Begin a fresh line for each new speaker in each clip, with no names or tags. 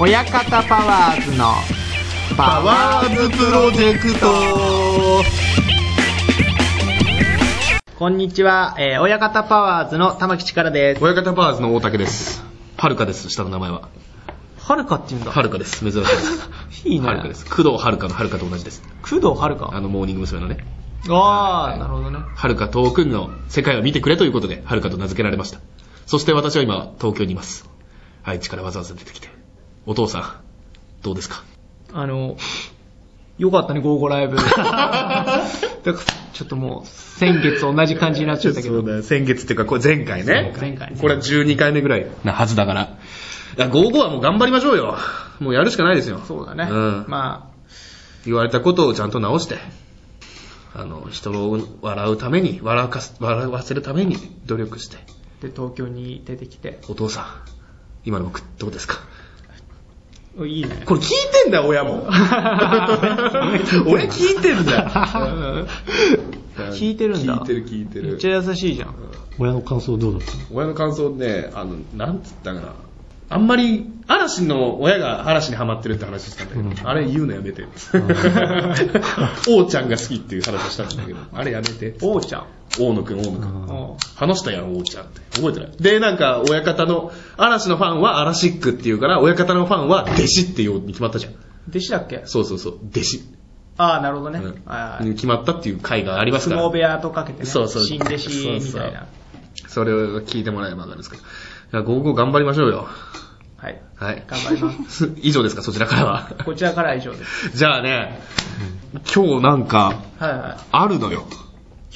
親方パワーズの
パワーズプロジェクト
こんにちは、えー、親方パワーズの玉木力です。
親方パワーズの大竹です。はるかです、下の名前は。
はるかって言うんだ。
はるかです、珍しいです。
いいね。
はるかです。工藤はるかのはるかと同じです。
工藤はる
あ
か。
の、モーニング娘。のね。
あ
は
ー、
い
なるほどね。
はるか遠くの世界を見てくれということで、はるかと名付けられました。そして私は今、東京にいます。愛知からわざわざ出てきて。お父さん、どうですか
あの、よかったね、ゴーゴライ ブ。だからちょっともう、先月同じ感じになっちゃったけど。
だよ先月っていうか、これ前回ね
前回
これ12回目ぐらいなはずだから。いや、55はもう頑張りましょうよ。もうやるしかないですよ。
そうだね。
うん
ま
言われたことをちゃんと直して、あの、人を笑うために、笑かす、笑わせるために努力して。
あ、で、東京に出てきて。
お父さん、今の僕どうですか
おいいね。
これ聞いてんだよ、親 も。親聞いてんだよ。
聞いてるんだ
聞いてる、聞いて
めっ
る
ち。ゃ優しいじゃん。
親の感想どうだったの
親の感想ね、あの、なんつったかな。あんまり、嵐の、親が嵐にハマってるって話したんだけど、あれ言うのやめて。 王ちゃんが好きっていう話をしたんだけど、あれやめて。
おうちゃん。
大野くん、大野くん。
おう
話したやん、おうちゃんって。覚えてないで、なんか、親方の、嵐のファンは嵐ックっていうから、親方のファンは弟子っていうに決まったじゃん。
弟子だっけ
そうそうそう、弟子。
あー、なるほどね。
うん
あ
に
ー
決まったっていう回がありますか
相撲
ら
部。屋とかけてね。
そうそう
新弟子みたいな。
それを聞いてもらえばわかるんですけど。いや、午後頑張りましょうよ。
はい。
はい。。
頑張ります
以上ですか、そちらから は。
こちらからは以上です。
じゃあね、今日なんか、
はいはい。
あるのよ。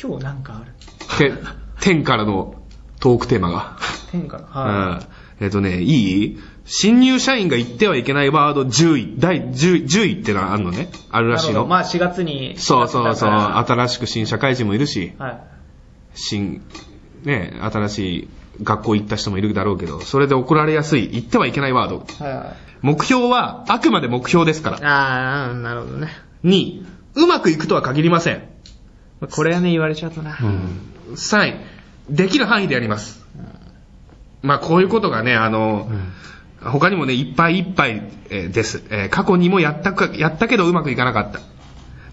今日なんかある。
て、天からのトークテーマが。
天下の。は
うんえっ、とね、いい新入社員が言ってはいけないワード10位、第10位 ,10 位ってのがあるのね。ある
い。
らしいの。
まあ4月に。
そうそうそう。
は
新しく新社会人もいるし、
い。
新、ね、新しい学校行った人もいるだろうけど、それで怒られやすい、言ってはいけないワード。
はいはい。
目標は、あくまで目標ですから。
ああ、なるほどね。
2、うまくいくとは限りません。
これはね、言われちゃうとな。
うん。
3位、できる範囲でやります。まあ、こういうことがね、あの、
ん
他にもね、いっぱいいっぱい、えーです。えー過去にもやったか、やったけどうまくいかなかった。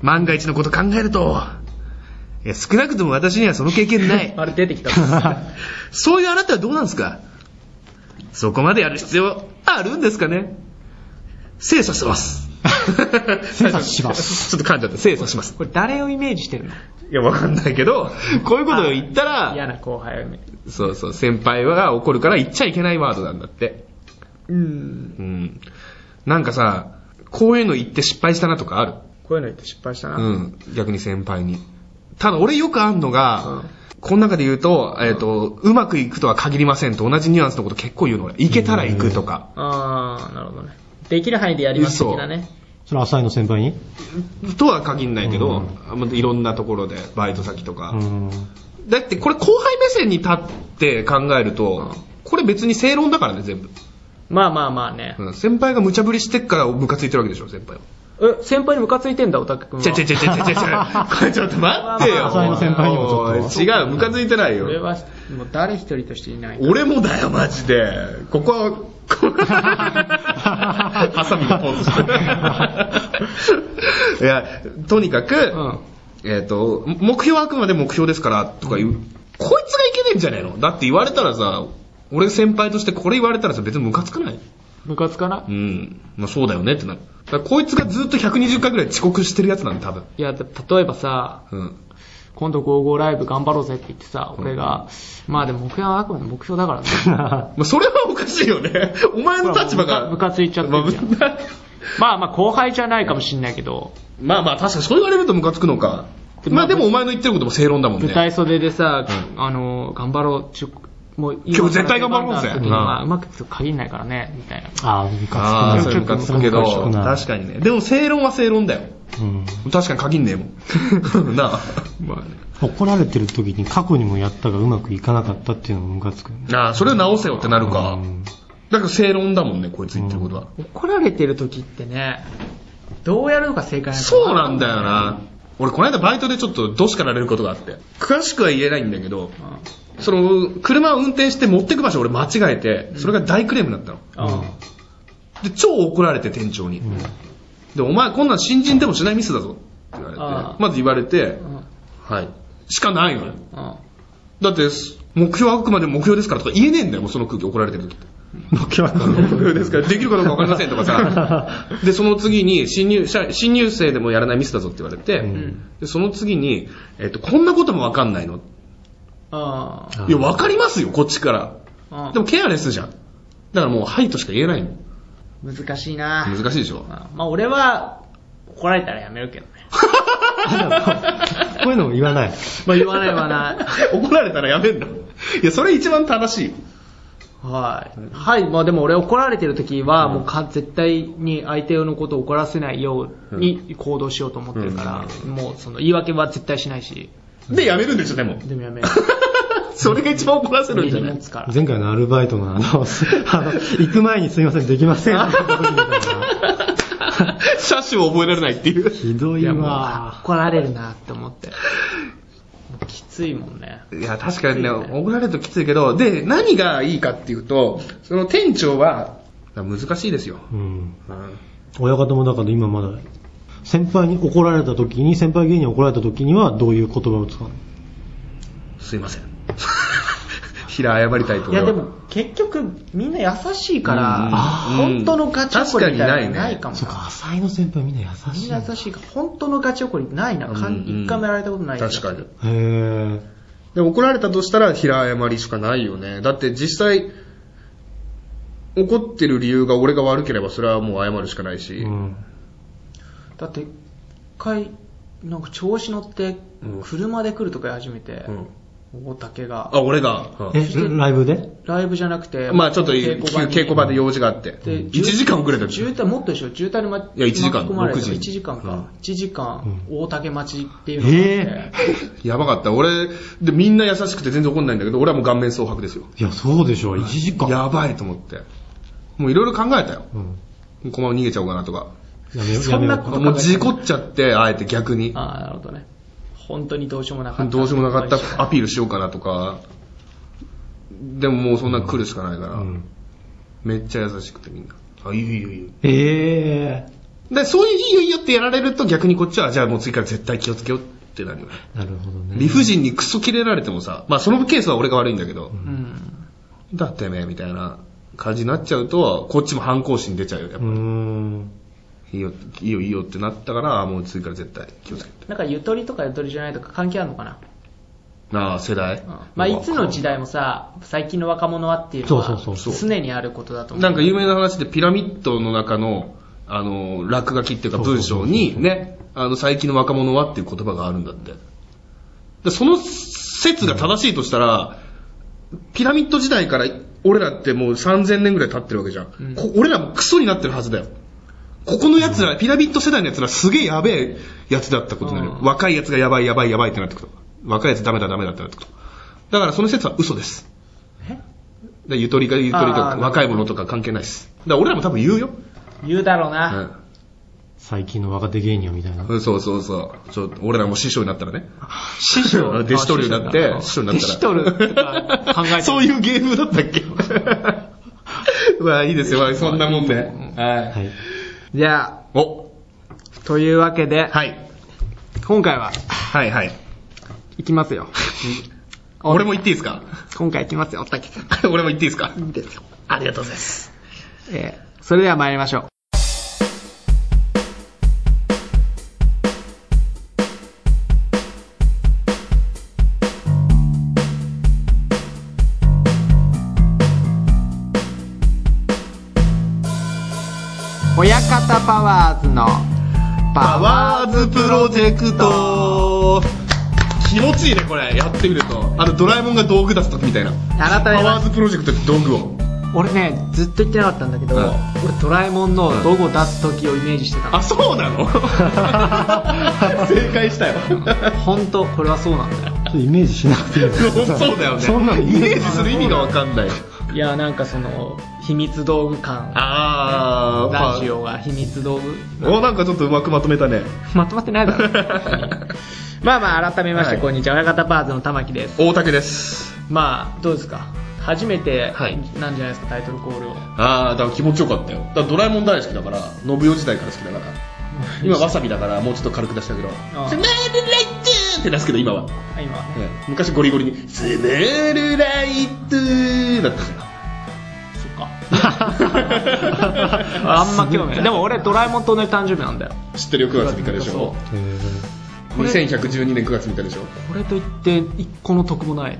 万が一のこと考えると、えー少なくとも私にはその経験な い。
あれ出てきた。は
そういうあなたはどうなんですかそこまでやる必要あるんですかね精査します。 精
査します。
ちょっと噛んじゃった。精査します。
これ誰をイメージしてるの
いや、わかんないけど、こういうことを言ったら、
嫌な後輩をイメージ。
そうそう、先輩が怒るから言っちゃいけないワードなんだって。
うん。
うん。なんかさ、こういうの言って失敗したなとかある
こういうの言って失敗したな。
うん。逆に先輩に。ただ俺よくあんのが、この中で言うと、えっ、と、うまくいくとは限りませんと同じニュアンスのこと結構言うの俺。いけたら行くとか。
ああ、なるほどね。できる範囲でやります的なね。
その浅井の先輩に
とは限んないけ
う
ど
ん、
あまいろんなところで、バイト先とか。
うん。
だってこれ後輩目線に立って考えると、これ別に正論だからね、全部。
まあまあまあね。
うん先輩が無茶ぶりしてっからムカついてるわけでしょ、先輩は。
え、先輩にムカついてんだ、オタク君は。
ちょちょちょちょちょちょ、これ ちょっと待ってよ。
浅井の先輩にもちょっと
おい違う、ムカついてない
これ
よ。
は、もう誰一人としていない。
俺もだよ、マジで。ここ は、こハサミのポーズしてる いや、とにかく、
うん。
えっ、と、目標はあくまで目標ですから、とか言う。こいつがいけねえんじゃねえのだって言われたらさ、俺先輩としてこれ言われたらさ、別にムカつかない。
ムカつかな
うん。まあそうだよねってなる。だからこいつがずっと120回ぐらい遅刻してるやつなんだ、多分。
いや、だ例えばさ、
うん。
今度55ライブ頑張ろうぜって言ってさ、俺が、まあでも目標はあくまで目標だからね。
まあ、それはおかしいよね。 お前の立場が。
ムカついちゃってるじゃん
まあ
まあまあ後輩じゃないかもしんないけど、
まあまあ、確かにそう言われるとムカつくのか。まあでもお前の言ってることも正論だもんね。
舞台袖でさ、あの、頑張ろう、ちょもう
今日絶対頑張ろうぜ
今から出番だ時に
うん
まあうまくいく限らないからね、みたいな。
ああ、ム
あ
カ
あ、
つ
そ
く
れムカつくけど、確
か
かにね。でも正論は正論だよ。
に。うん
確かに限んねえも ん。なあ。まあね。
怒られてる時に過去にもやったがうまくいかなかったっていうのもムカつくよね。
ああ、それを直せよってなるか
う。ん
だから正論だもんね、こいつ言ってることは。
怒られてる時ってね、どうやるのが正解なのか
そうなんだよな。俺、この間バイトでちょっとどしかられることがあって。詳しくは言えないんだけど、その、車を運転して持ってく場所を俺間違えて、それが大クレームだったの。
うん。うん。
で超怒られて店長に、 でお前こんなん新人でもしないミスだぞって言われて
ああ
まず言われて
うん
はいしかないの
う
よ
ん
だって目標はあくまで目標ですからとか言えねえんだよもうその空気怒られてる時って
目標
目標ですからできるかどうか分かりませんとかさでその次に新入社新入生でもやらないミスだぞって言われて、
ん
でその次に、えっとこんなことも分かんないの
あ
いや分かりますよこっちから
あ
でもケアレスじゃんだからもうはいとしか言えないの
難しいな
難しいでしょ
まあまあ俺は怒られたらやめるけどね。
こういうのも言わない。
まあ言わない言わない。
怒られたらやめんだいやそれ一番正しいよ
はい。はい、まあでも俺怒られてる時はもうか絶対に相手のことを怒らせないように行動しようと思ってるから、もうその言い訳は絶対しないし、
でやめるんでしょでも
でもやめる。
それが一番怒ら せるんじゃ
根
な
に
い
持つから。
前回のアルバイトのあの、 あの、行く前にすいません、できませ ん。
車種を覚えられないっていう
ひどいわ。
怒られるなって思って。もうきついもんね。
いや、確かにね、怒られるときついけど、で、何がいいかっていうと、その店長は、難しいですよ。
うん。
うん
親方もだから今まだ、先輩に怒られた時に、先輩芸人に怒られた時にはどういう言葉を使うの
すいません。 平謝りたいと
い
思
やでも結局みんな優しいから、
うん
本当のガチョコリみたいなの
確かにないね
ないかも
そう
な。
か、浅井の先輩みんな優
み
し
ん
い。
な優しいから、本当のガチョコリないな。かん
うんうん
一回もやられたことない
確かに。
へー。
で、怒られたとしたら平謝りしかないよね。だって実際、怒ってる理由が俺が悪ければそれはもう謝るしかないし、
うん。
だって、一回、なんか調子乗って
うん、
車で来るとか言い始めて、大竹が、
あ、俺が、
え、ライブで
ライブじゃなくて、
まあちょっと
稽古場に
稽古場で用事があって、
で
1時間遅れた
渋滞、もっとでしょ渋滞にま、
いや一時間
巻き込まれて
六時
1時間
うん
か。1時間、大竹町っていうのがあ
え
って、
やばかった。俺、で、みんな優しくて全然怒んないんだけど、俺はもう顔面蒼白ですよ。
ー。いや、そうでしょ、1時間。
やばいと思って。もういろいろ考えたよ。
うん。
このまま逃げちゃおうかなとか。
やめよう、
そ
やめ
ん
よ
な
う
こ。と
もう事故っちゃって、あえて逆に。
ああ、なるほどね。本当にどうしようもなかった。
どうしようもなかった。アピールしようかなとか。でももうそんな来るしかないから、
うん。
めっちゃ優しくてみんな。あ、いいよいいよいいよ。
え
で、そういういいよいいよってやられると逆にこっちは、じゃあもう次から絶対気をつけようってなるよね。
ー。なるほどね。
理不尽にクソ切れられてもさ、まあそのケースは俺が悪いんだけど、
うん。
だってね、みたいな感じになっちゃうと、こっちも反抗心出ちゃうよ。やっ
うー
ぱ
ん。
いいよ、いいよ、いいよってなったから、あもう次から絶対気をつけて。
なんかゆとりとかゆとりじゃないとか関係あるのかな、
なあ、世
う
代、
んまあいつの時代もさ、最近の若者はっていうの
そう
は
そう
そうそう
常にあることだと思う。
なんか有名な話でピラミッドの中の、あの、落書きっていうか文章にね、あの、最近の若者はっていう言葉があるんだって。でその説が正しいとしたら、ピラミッド時代から俺らってもう3000年ぐらい経ってるわけじゃん。
うん
こ俺らもクソになってるはずだよ。ここの奴ら、ピラミッド世代の奴らすげえやべえ奴だったことになる。
うん
若い奴がやばいやばいやばいってなってくる。若い奴ダメだダメだってなってくる。だからその説は嘘です。
え
でゆとりかゆとりと
あ
か
ー
若い者とか関係ないです。だから俺らも多分言うよ。
言うだろうな。
最近の若手芸人みたいな。
うん、そうそうそう。ちょ俺らも師匠になったらね。
師匠
あ弟子取るようになって
あ
師匠になったら
弟子取るとか考えてる
そういうゲームだったっけ まあいいですよ、まあそんなもんで。は。
はいい。
じゃあ、
お
というわけで、
はい。
今回は、
はいはい。
いきますよ。
俺も言っていいですか
今回いきますよ、おたけさん。
俺も言っていいですか
いいですよ
ありがとうございます。
えーそれでは参りましょう。親方パワーズのパ
パワーズプロジェクト気持ちいいね、これ。やってみると。あの、ドラえもんが道具出すときみたいな。
改
パ
めま
ワー
して
ズプロジェクトって道具を。
俺ねずっと言ってなかったんだけど、
うん
俺ドラえもんのロゴ出す時をイメージしてたの
あ、そうな の正解したよ。
本当これはそうなんだよ
ちょっとイメージしなくていい です
そうそうだよね。
そんなの
イメージする意味がわかんない。
いやなんかその秘密道具感
あー、
ラジオが秘密道具
まあお、なんかちょっとうまくまとめたね。
まとまってない だろまあまあ改めまして、
はい
こんにちは親方パーズの玉木です
大竹です。
まあどうですか初めて
はい
なんじゃないですか、タイトルコールを。
ああ、だから気持ちよかったよ。だからドラえもん大好きだから、信代時代から好きだから。 今、わさびだから、もうちょっと軽く出してあげろ。スマ
あー
イルライトゥーって出すけど、今は。
今はね、
昔ゴリゴリに、スマイルライトゥーだったから。
そっか。 あんま興味ない。でも俺、ドラえもんと同じ誕生日なんだよ。
知ってるよ、9月3日でし
そ
ょ
う。
へー
2112年9月3日でしょ
これといって、一個の得もないよ。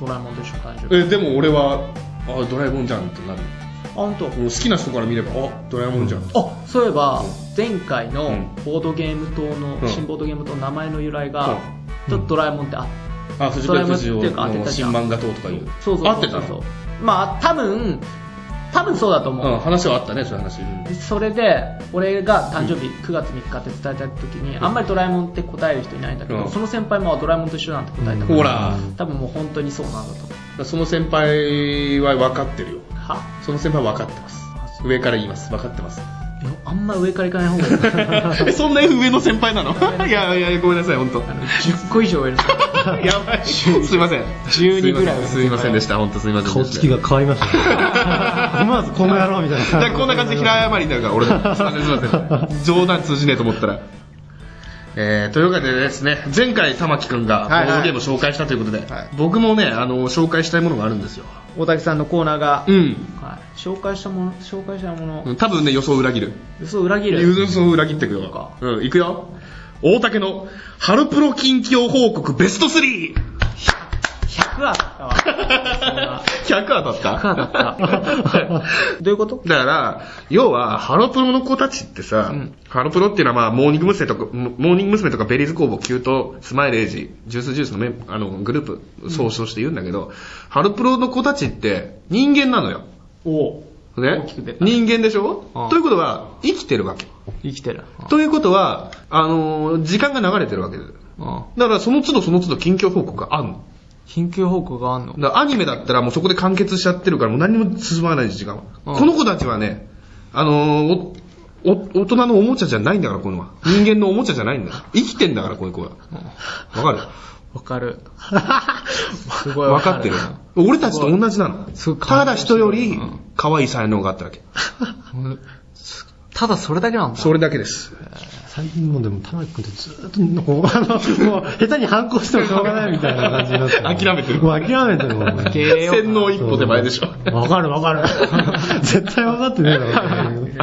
ドラえもんと一緒の誕生日。
えでも俺はあドラえもんじゃんってなる
あ、ほんと
もう好きな人から見ればあドラえもんじゃん、
あ、そういえば、前回
う
の
ん
ボードゲーム党の、
うん
新ボードゲーム党の名前の由来
うん
が、ちょっとドラえもんってあっ
あ藤子不
ドラえ
二
もんっていうか当て
雄の
たじ
新
ゃん
漫画党とかいう
そうそうそうそう
合ってたの
まあ多分多分そうだと思
うん
う、
話はあったねそういう話、うん
でそれで俺が誕生日9月3日って伝えた時に、あんまりドラえもんって答える人いないんだけど、
うん
その先輩もあドラえもんと一緒なんて答えたから、
ほら
多分もう本当にそうなんだと思う
その先輩は分かってるよ
は
その先輩は分かってます上から言います分かってま
い
す
やあんま上から行かない方がいい
え そんな上の先輩なの いやいやごめんなさい本当
10個以上上です
やばいすいません
12ぐらい上
すいませんでした本当すいませんでした
顔つきが変わりましたね思わずこの野郎みたいな
だからこんな感じで平謝りになるから、俺の。 すいません、すいません。冗談通じねえと思ったら。えー、というわけでですね、前回玉木くんがボ
はいはい
ードゲームを紹介したということで、
はい
僕もね、あの、紹介したいものがあるんですよ。
大竹さんのコーナーが、
うん。
はい、紹介したもの紹介したもの、
多分ね、予想を裏切る。
嘘を裏切る
予想を裏切ってくよ。うん、いくよ。大竹の、ハルプロ近況報告ベスト 3!
100あった わ
100 当たった
100当たったどういうこと
だから、要は、ハロプロの子たちってさ、
うん
ハロプロっていうのは、まあ、モーニング娘。とか、モモーニング娘。とか、ベリーズ工房、キュート、スマイレージ、ジュースジュースのメンあの、グループ、総称して言うんだけど、ハロプロの子たちって、人間なのよ。
お
ね
大きく出。た
人間でしょ
うん
ということは、生きてるわけ。
生きてる
ということは、あのー時間が流れてるわけです。
うん
だから、その都度その都度近況報告があんの。
緊急報告があんの
だからアニメだったらもうそこで完結しちゃってるからもう何も進まない時間は、
うん
この子たちはね、あのーお、お、大人のおもちゃじゃないんだから、こういうのは。人間のおもちゃじゃないんだよ。生きてんだから、こういう子は。わか
わか る。す
る
ごい
わかってる。俺たちと同じなの。
すごい
ただ人より、可愛い才能があったわけ。
うんただそれだけなんだ。
それだけです。
最近もうでも、田中君ってずーっと、 こう、あの、もう、下手に反抗してもしょうがないみたいな感じになって。
諦めてる
もう諦めてるもんね。
経営を
洗脳一歩手前でしょ。
わかるわ かる。絶対分かってねえだろ。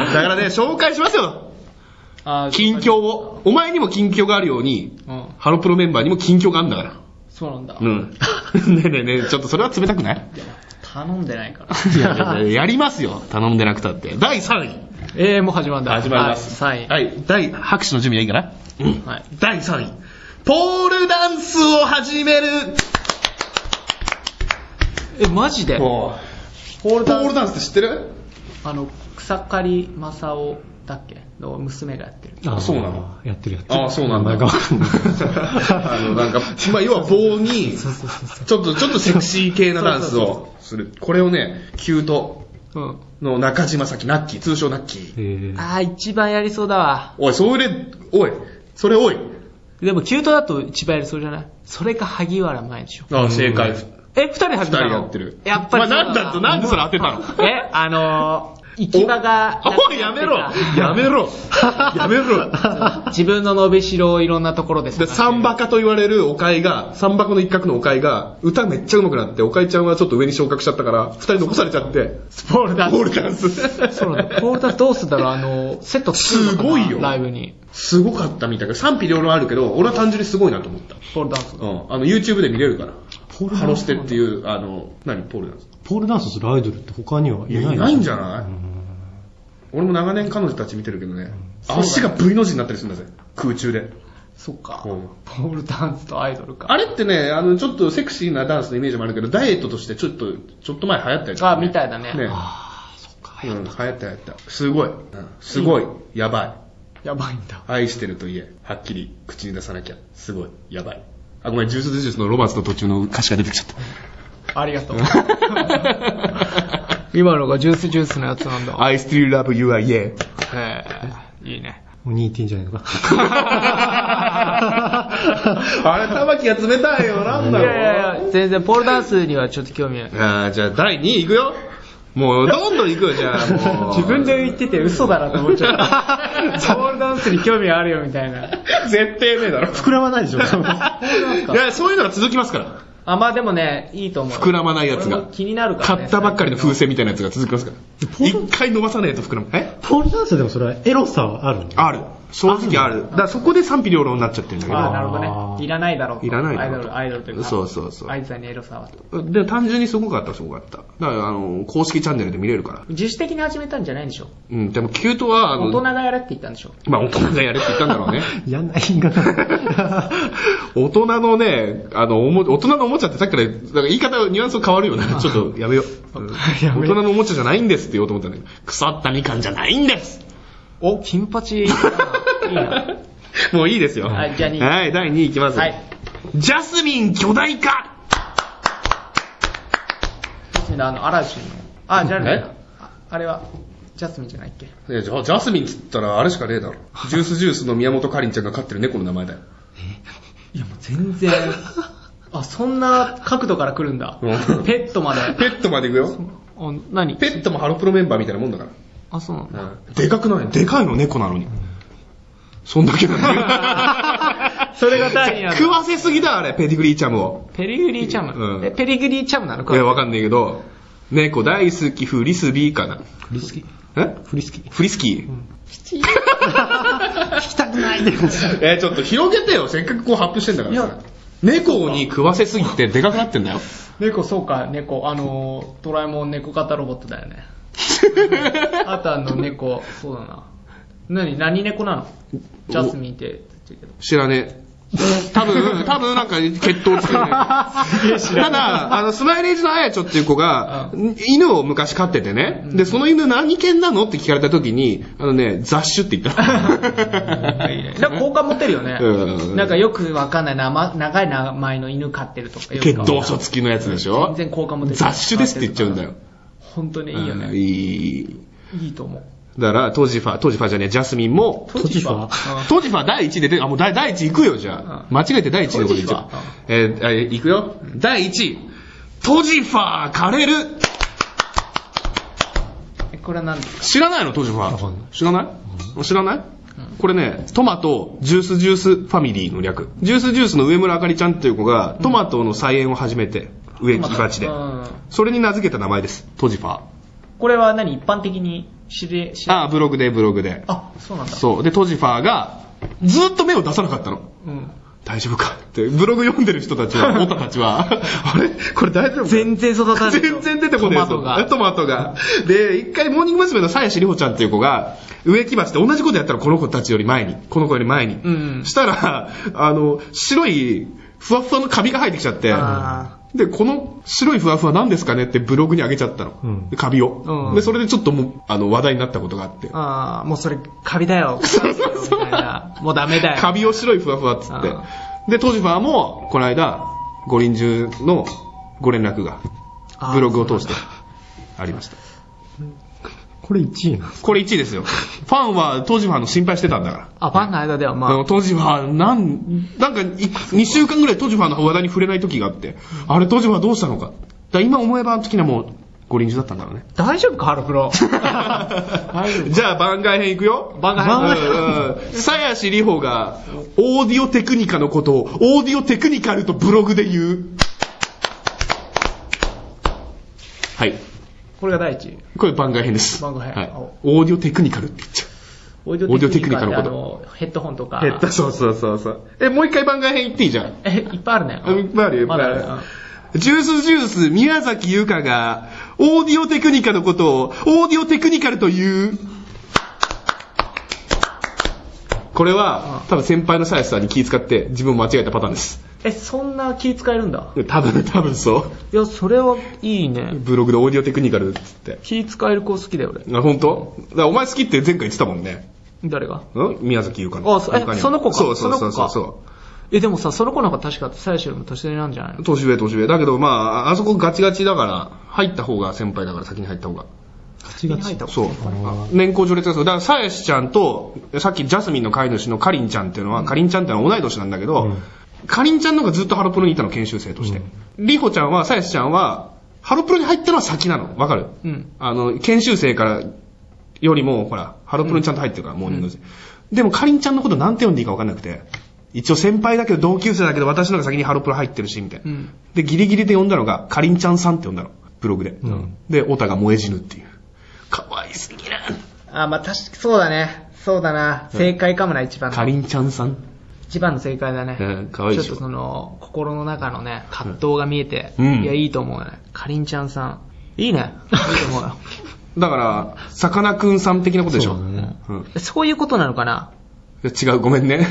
だからね、紹介しますよ
あー
近況を。お前にも近況があるように、
うん。
ハロプロメンバーにも近況があるんだから。
そうなんだ
う。ん。ねえねえねえ、ちょっとそれは冷たくない
頼んでないから。
いやいやいややりますよ。頼んでなくたって。第3位。
えー、もう始まるんだ。は。
はいい。
3位。
はい。第、拍手の準備はいいかな
はい。
第3位。ポールダンスを始める。
え、マジで
ポ
ポールダンス、
ダンスって知ってる
あの、草刈正雄だっけの娘がやってる。
あ
そうなの
やってるやってる。
ああ、そうなんだ。
名前がわかんない
あの、なんか、まあ、要は棒に、ちょっと、ちょっとセクシー系なダンスをする。これをね、キュート
うん。
の中島咲ナッキー、通称ナッキー。
えー
あー、一番やりそうだわ。
おい、それ、おい、それおい。
でも、キュートだと一番やりそうじゃないそれか萩原前でしょ。
ああ、正解。
え、二人始めたの
二人やってる。
やっぱりそう
ま
だ
あ、なんだと、なんでそれ当てたの
え、あのー、行き場が、
おい、やめろやめ ろやめろ
自分の伸びしろをいろんなところで
で、
探して
サンバカと言われるおかいが、サンバカの一角のおかいが、歌めっちゃ上手くなって、おかいちゃんはちょっと上に昇格しちゃったから、二人残されちゃって、
ポールダン
ポー
ス。
ルダンス。
そうなんだ。ポールダンスどうすんだろうあのー、セット作るのかな
すごいよ
ライブに。
すごかったみたいな。賛否両論あるけど、俺は単純にすごいなと思った。
ポールダンスが。
うん。あの、YouTube で見れるから。
ポールダンス
ハロステっていう、あの、何ポールダンス。
ポールダンスするアイドルって他にはい
い
ない
や、いないんじ
ゃ
ゃない俺も長年彼女たち見てるけどね、足が V の字になったりするんだぜ。空中で。
そっか。
うん
ポールダンスとアイドルか。
あれってね、あの、ちょっとセクシーなダンスのイメージもあるけど、ダイエットとしてちょっと、ちょっと前流行ったりとか、
あみたいだね
ね。うん、流行った流行った。すごい。うんすごい。やばい。
やばいんだ。
愛してると言え。はっきり口に出さなきゃ。すごい。やばい。あ、ごめん、ジュースジュースのロマンスの途中の歌詞が出てきちゃった。
ありがとう。今のがジュースジュースのやつなんだ。
I still love you, I yeah.
へえ、いいね。
もう2位っていいんじゃないの か。
あれ、玉木が冷たいよ。なん
い
だ
やいやい
ろ
や、
う。
全然ポールダンスにはちょっと興味ない。
あーじゃあ、第2位いくよ。もう、どんどんいくよ、じゃあ。も う
自分で言ってて嘘だなと思っちゃった。 ポールダンスに興味あるよみたいな。
絶対ねえだ ろ。
膨らまないでしょ。
いや、そういうのが続きますから。
あ、まあでもね、いいと思う。
膨らまないやつが
俺も気になるから、ね。
買ったばっかりの風船みたいなやつが続きますから。一回伸ばさねえと膨らむ。え
ポールダンスでもそれはエロさはあるの
ある。正直ある。だからそこで賛否両論になっちゃってるんだけど。
ああ、なるほ
あ
ど
ー
ね。いらないだろうと。
いらないだ
アイド
ろうと
ル、アイドルというか。
そうそうそう
あいつらにエロさはと。
で、単純にすごかった、すごかった。だから、あの、公式チャンネルで見れるから。
自主的に始めたんじゃないんでしょ。
うん、でも、キュートは、あ
大人
の、
がやれって言ったんでしょ。
まあ、大人がやれって言ったんだ ろうね。
やんないんかな。
大人のね、あの、おも、大人のおもちゃってさっきから、なんか言い方、ニュアンス変わるよね。ちょっと、やめよう。うん
やめよう
大人のおもちゃじゃないんですって言おうと思ったんだけど、腐ったみかんじゃないんです
お、金八。いいな。
もういいですよ。
はいじゃあ二位
はい、第2位いきます。
はい。
ジャスミン巨大化
ジャスミンのあの、嵐の。あ、じゃあね
え。
ああれは、ジャスミンじゃないっけ。
えじゃあジャスミンっつったらあれしかね えだろ。ジュースジュースの宮本かりんちゃんが飼ってる猫の名前だよ。
いやもう全然。あ、そんな角度から来るんだ。
うん
ペットまで。あ
ペットまで行くよ。、
何
ペットもハロプロメンバーみたいなもんだから。
あ、そうなんだ。
でかくないでかいの猫なのに。そんだけだ
それが第二なんだ
食わせすぎだ、あれ、ペディグリーチャムを。
ペリグリーチャム。
うん
えペリグリーチャムなの
い や、わかんないけど、猫大好き、フリスビーかな。
フリスキー
え
フリスキー。
フリスキー、
聞きたくないでください。
えーちょっと広げてよ、せっかくこう発表してんだからさ
いや
猫に食わせすぎてでかくなってん だよ。
猫、そうか、猫。あの、ドラえもん猫型ロボットだよね。あとあの、猫、そうだな。何、何猫なのジャスミンって言ってるけど。
知らねえ。多分、多分なんか血糖つけない。ただ、あの、スマイレージのあやちょっていう子が、犬を昔飼っててね、で、その犬何犬なのって聞かれた時に、あのね、雑種って言った。
なんか好感持ってるよね。
うん
なんかよくわかんない名前長い名前の犬飼ってるとかよく
血
わかんない
糖素付きのやつでしょ
全然好感持ってる。
雑種ですって言っちゃうんだよ。。
本当にいいよ
うん
ね。
いい。
いいと思う。
だから、当時ファ、当時ファじゃねえ、ジャスミンも、
トジファ
トジ
当時ファ第1位で出て、あ、もう第第1位行くよ、じゃあ。間違えて第1位のこと言っちゃう
トジファ。
えー、あ行くよ。第1位。トジファー枯れる
えこれは何ですか
知らないのトジファ
わかんない
知らない知らないこれね、トマト、ジュースジュースファミリーの略。ジュースジュースの上村あかりちゃんっていう子が、トマトの菜園を始めて、植木鉢で
う。ん
それに名付けた名前です。トジファー。
これは何一般的に知れ、知れ、
あー、ブログで、ブログで。
あ、そうなんだ。
そう。で、トジファーが、ずーっと目を出さなかったの。
うん。
大丈夫かって、ブログ読んでる人たち は、オタたちは、あれこれ大丈夫
全然育たない。
全然出てこねえぞ。
トマトが
トマトが。で、一回、モーニング娘。の鞘師里帆ちゃんっていう子が、植木鉢で同じことやったらこの子たちより前に、この子より前に。
うん
したら、あの、白い、ふわふわのカビが生えてきちゃって、
あ
で、この白いふわふわ何ですかねってブログに上げちゃったの。
うん
でカビを、
うん
で、それでちょっともう、あの、話題になったことがあって。
ああ、もうそれ、カビだ よ。みたいなもうダメだよ。
カビを白いふわふわっつって
あ。
で、トジファーも、この間、五輪中のご連絡が、
あー
ブログを通して、ありました。
これ1位なんです。
これ1位ですよ。ファンはトジファーの心配してたんだから。
あ、ファンの間ではま
あ
あ
の、トジファー、なん、なんかい、2週間ぐらいトジファーの話題に触れない時があって、あれ、トジファーどうしたのか。だから今思えば、あの時にはもう、五輪中だったんだろうね。
大丈夫か、ハロプロ。
じゃあ番外編いくよ。
番外編
編。さやしりほが、オーディオテクニカのことを、オーディオテクニカルとブログで言う。はい。
これが第一位。
これ番外編です。
番外編
はい
お。
オーディオテクニカルって言っちゃ
オーデ
オーディオテクニカの
っ
こ
て
と
あの、ヘッドホンとか。
う。そうそうそうそう。え、もう一回番外編言っていいじゃん。
え、いっぱいあるね。
あいっぱいあるよ、いっぱ
ま
い
だ
あ
あ
る
る
よ。ジュースジュース、宮崎優香が、オーディオテクニカのことを、オーディオテクニカルという。これは、多分先輩のサイスさんに気遣って、自分を間違えたパターンです。
え、そんな気使えるんだ。
多分、多分そ
いや、それはいいね
う。。ブログでオーディオテクニカルっつって。
気使える子好きだよ、俺。
あ、本当？だからお前好きって前回言ってたもんね。
誰が
ん宮崎優香の。
あそえ
他にも
その子か
そうそうそう
その子
そう
か
そう。
え、でもさ、その子なんか確か、最初よりも年上なんじゃないの
年上、年上。だけど、まあ、あそこガチガチだから、入った方が先輩だから、先に入った方が。
8
手に入ったこと
そう。年功序列がそう。だから、さやしちゃんと、さっきジャスミンの飼い主のかりんちゃんっていうのは、かりんちゃんっていうのは同い年なんだけ
う
ど
ん、
かりんちゃんの方がずっとハロプロにいたの、研修生として。りほちゃんは、さやしちゃんは、ハロプロに入ったのは先なの。わかる
うん。
あの、研修生から、よりも、ほら、ハロプロにちゃんと入ってるから、モーニング娘。でも、かりんちゃんのことなんて呼んでいいかわかんなくて、一応先輩だけど同級生だけど、私の方が先にハロプロ入ってるし、みたいな。
うん
で、ギリギリで呼んだのが、かりんちゃんさんって呼んだの、ブログで。で、オタが燃え死ぬっていう。かわいすぎる。
あ、まあ、確か、そうだね。そうだな。正解かもな、一番
か
の。
りんちゃんさん。
一番の正解だね。
うんかわいい
ちょ
でし
っ
ょ
とその、心の中のね、葛藤が見えて、
うん
いや、いいと思うね。かりんちゃんさん。いいね。いいと思うよ。
だから、さかなクンさん的なことでしょ。
そうだね
うん
そういうことなのかな
いや違う、ごめ んね。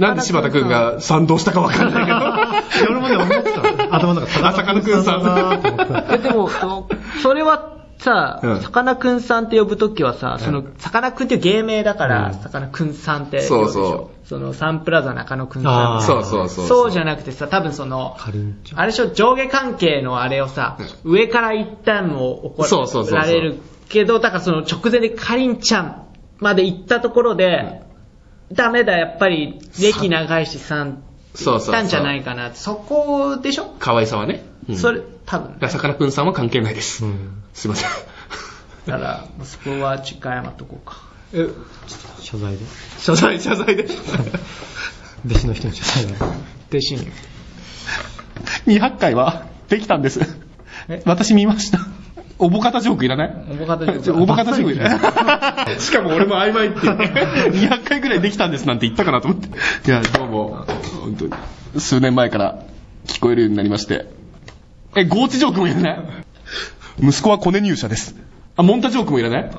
なんで柴田くんが賛同したかわかんないけど。
俺もね、思ってた。頭の中、
あさかなクンさん
だなと思った。
えでも、そそれはさ
うん、
さかなクンさんって呼ぶときはさ、その、さかなクンっていう芸名だから、さかなクンさんって呼ぶでしょ。
そうそ
その、サンプラザ中野くんさん
あー
そうそうそう。
そうじゃなくてさ、多分その、
かりんちゃん。
あれでしょ、上下関係のあれをさ、上から一旦も怒ら
そうそうそうそう
られるけど、だからその直前でかりんちゃんまで行ったところで、ダメだ、やっぱり、歴長いしさん、
そ
行
うそうそう
ったんじゃないかな。そこでしょ、
かわいさはね。うん
それ、多分
だ。からさかなクンさんは関係ないです。
うん
すい ません。
だから、そこは一回謝っとこうか。
え
謝罪で。
謝罪、謝罪 で。
弟子の人に謝罪で。
弟子に。
200回はできたんです。私見ました。おぼかたジョークいらない
おぼかた
ちょおぼかたジョークいらない。 しかも俺も曖昧っていうね。200回ぐらいできたんですなんて言ったかなと思って。いや、どうも、本当に、数年前から聞こえるようになりまして。え、ゴーチジョークもいらない息子はコネ入社です。あ、モンタジョークもいらない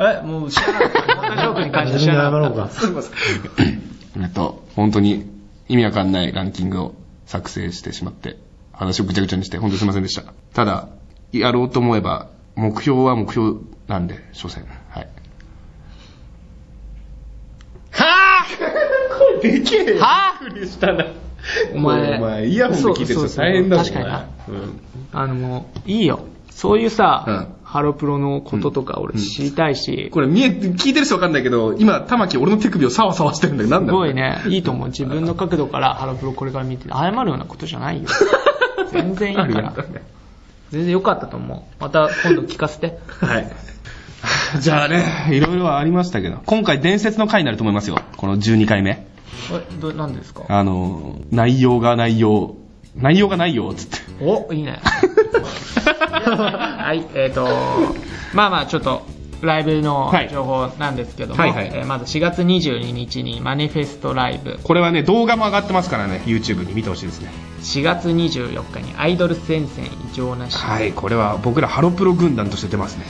え、もう知らなかった。おぼかたジョークに関して
自
知
分で
ら
謝
な
ろ
か
う
った。
か。
えっと、本当に意味わかんないランキングを作成してしまって、話をぐちゃぐちゃにして、本当にすいませんでした。ただ、やろうと思えば、目標は目標なんで、所詮。はい。
は
でけえ
ぁは
ふりしたな。
ぁお前、
お前、イヤホンで聞いてる
そう
人
そう
大変だもん
確かにな。
お前うん
あの、もう、いいよ。そういうさ、
うん
ハロプロのこととか俺知りたいし、
これ見え、聞いてる人わかんないけど、今、玉木俺の手首をサワサワしてるんだけど、なん
す
だろ
ご
う
い。ね、いいと思う。自分の角度からハロプロこれから見て、謝るようなことじゃ ないよ。全然いいか
ありが
ら
とう。ね。
全然良かったと思う。また今度聞かせて。
はい。 じゃあね、いろいろはありましたけど、今回伝説の回になると思いますよ。この12回目。
え、ど、何ですか
あの、内容が内容、内容がないよ、つって。
お、いいね。 はい、えっ、と、まあまあちょっと、ライブの
はい
情報なんですけども、
はいはい
えーまず4月22日にマネフェストライブ、
これはね、動画も上がってますからね、YouTube に見てほしいですね。
4月24日にアイドル戦線異常なし、
はい、これは僕らハロプロ軍団として出ますね。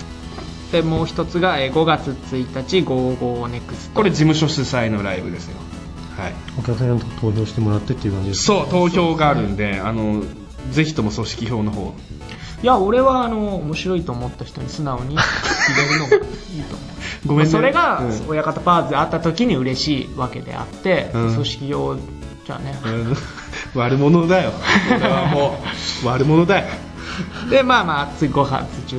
でもう一つがえー5月1日、55ネクスト。
これ事務所主催のライブですよ。はい。
お客さんに投票してもらってっていう感じです。
そう、投票があるんで、あの、ぜひとも組織票の方。
いや、俺はあの、面白いと思った人に素直に入れるのがいいと思う。
ごめんね。
それが
うん、
親方パーズで会った時に嬉しいわけであって、
うん
組織用じゃね、
うん 悪者だよ。これはも う、悪者だよ。
でまあまあ次5月18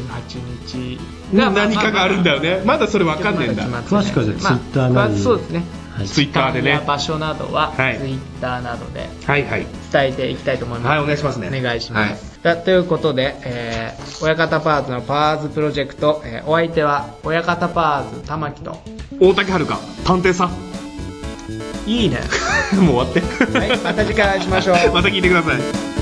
日が
何かがあるんだよね。まだそれわかんねえんだ。
詳
詳しくはじゃあ Twitter なり
そうですね
ツイッターでね
時間や場所などはツイ
はい
ッターなどで
はいはい。
伝えていきたいと思います、
はい、お願いしますね。
お願いします、だということで、えー、親方パーズのパーズプロジェクト、えーお相手は親方パーズ玉木と
はい。大竹遥香、探偵さん。
いいね
もう終わって。
はいまた次回お会いしましょう
また聞いてください。